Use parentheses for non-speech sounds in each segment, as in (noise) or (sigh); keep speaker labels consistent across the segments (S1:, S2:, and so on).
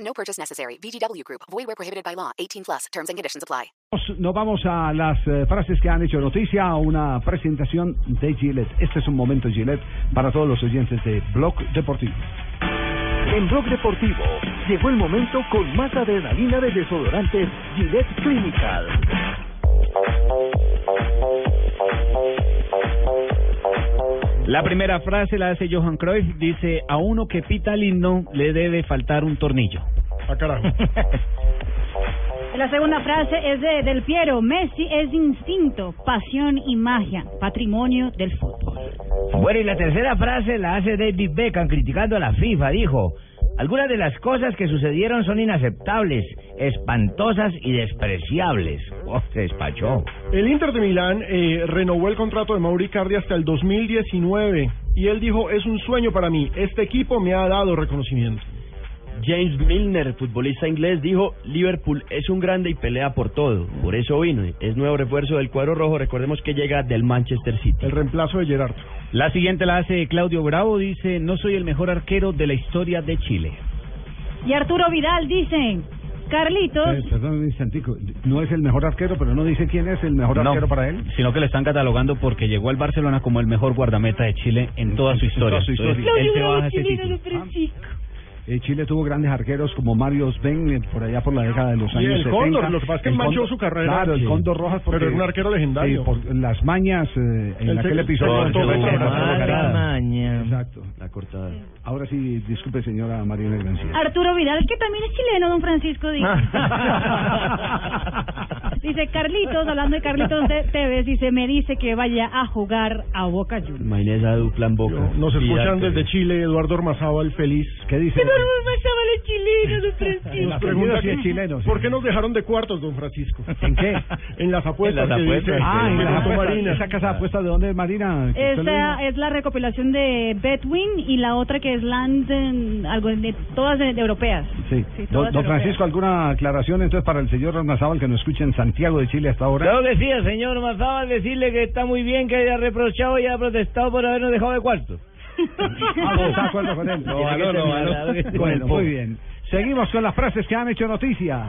S1: No purchase necessary. VGW Group. Void where prohibited by law. 18 plus. Terms and conditions apply.
S2: Nos- Nos vamos a las eh, frases que han hecho noticia, una presentación de Gillette. Este es un momento Gillette para todos los oyentes de Blog Deportivo.
S3: En Blog Deportivo llegó el momento con más adrenalina de desodorantes Gillette Clinical.
S4: La primera frase la hace Johan Cruyff, dice, a uno que pita lindo le debe faltar un tornillo. (laughs)
S5: La segunda frase es de Del Piero. Messi es instinto, pasión y magia, patrimonio del fútbol.
S4: Bueno, y la tercera frase la hace David Beckham criticando a la FIFA, dijo, algunas de las cosas que sucedieron son inaceptables, espantosas y despreciables. Oh, se despachó.
S6: El Inter de Milán eh, renovó el contrato de Mauri Cardi hasta el 2019 y él dijo, es un sueño para mí, este equipo me ha dado reconocimiento.
S7: James Milner, futbolista inglés, dijo, Liverpool es un grande y pelea por todo, por eso vino, es nuevo refuerzo del cuadro rojo, recordemos que llega del Manchester City.
S6: El reemplazo de Gerard.
S4: La siguiente la hace Claudio Bravo, dice, no soy el mejor arquero de la historia de Chile.
S5: Y Arturo Vidal dice, Carlitos,
S2: Eh, perdón un instantico, no es el mejor arquero, pero no dice quién es el mejor arquero para él.
S4: sino que le están catalogando porque llegó al Barcelona como el mejor guardameta de Chile en toda su historia.
S2: toda su historia.
S4: Entonces, él se baja ese título.
S2: Eh, Chile tuvo grandes arqueros como Mario Sven eh, por allá por la década de los
S6: Y
S2: años
S6: Ah, el Cóndor,
S2: 70.
S6: lo que pasa es que
S2: El
S6: manchó
S2: Cóndor-
S6: su carrera.
S2: Claro, el
S6: Sí.
S2: Cóndor Rojas.
S6: Pero
S2: porque-
S6: era un arquero legendario.
S2: eh, por las mañas eh, en
S6: Él se-
S2: aquel episodio.
S6: se cortó
S2: se-
S6: la
S2: se-
S6: mano.
S2: se-
S7: maña.
S2: Exacto.
S7: La cortada.
S2: Ahora sí, disculpe señora Mariana (laughs)
S6: (laughs)
S2: Granciera.
S5: Arturo Vidal, que también es chileno, don Francisco dice.
S4: Ah.
S5: dice Carlitos, hablando
S4: (laughs)
S5: de Carlitos Te- Tevez, dice, me dice que vaya a jugar a Boca Juniors.
S7: Imagínese esa dupla en boca.
S6: Nos
S7: Vidal,
S6: escuchan
S7: Tevez.
S6: desde Chile, Eduardo Ormazábal, feliz.
S2: ¿Qué dice?
S4: (laughs)
S6: Nos
S2: Aprendido
S6: pregunta
S2: si
S6: que-
S2: es chileno, sí.
S6: ¿Por qué nos dejaron de cuartos, don Francisco?
S2: ¿En qué?
S6: (laughs) En las apuestas.
S7: En las
S6: que dice-
S7: apuestas.
S2: Ah, en
S6: que
S2: la
S6: contó
S2: apuesta,
S6: Marina.
S2: esa casa de apuestas de dónde es Marina? Que usted lo dijo.
S5: Esta es la recopilación de Betwin y la otra que es Landen, algo de, todas de, de europeas.
S2: Sí. Don,
S5: todas
S2: don
S5: europeas.
S2: Francisco, ¿alguna aclaración entonces para el señor Arnazábal que nos escucha en Santiago de Chile hasta ahora?
S4: Claro que sí, el señor Mazaba, decirle que está muy bien que haya reprochado y haya protestado por habernos dejado de cuarto.
S2: Ah, pues, ¿Está de acuerdo con él?
S4: No, no, no, no, no.
S2: Bueno, muy bien. Seguimos con las frases que han hecho noticia.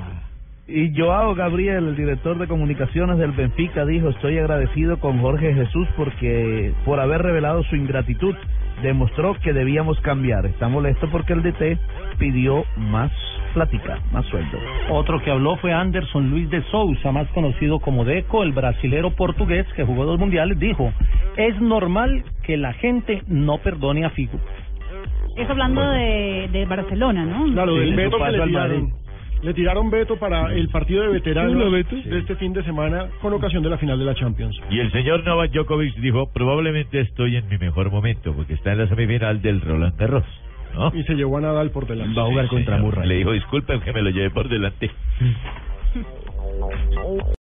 S3: Y Joao Gabriel, el director de comunicaciones del Benfica, dijo, estoy agradecido con Jorge Jesús porque por haber revelado su ingratitud, demostró que debíamos cambiar. Está molesto porque el DT pidió más plática, más sueldo.
S7: Otro que habló fue Anderson Luis de Souza, más conocido como Deco, el brasilero portugués que jugó dos mundiales, dijo, es normal que la gente no perdone a Figo.
S5: Es hablando de, de Barcelona, ¿no?
S6: Claro,
S7: Sí,
S6: del
S7: su
S6: veto que
S7: paso
S6: le
S7: al
S6: tiraron.
S7: Madrid.
S6: Le tiraron veto para el partido de
S7: ¿Qué es
S6: veteranos
S7: lo veto?
S6: de este fin de semana con ocasión de la final de la Champions.
S8: Y el señor Novak Djokovic dijo, probablemente estoy en mi mejor momento, porque está en la semifinal del Roland Garros, ¿no?
S6: Y se llevó a Nadal por delante.
S8: Sí, señor. Le dijo, disculpen que me lo llevé por delante.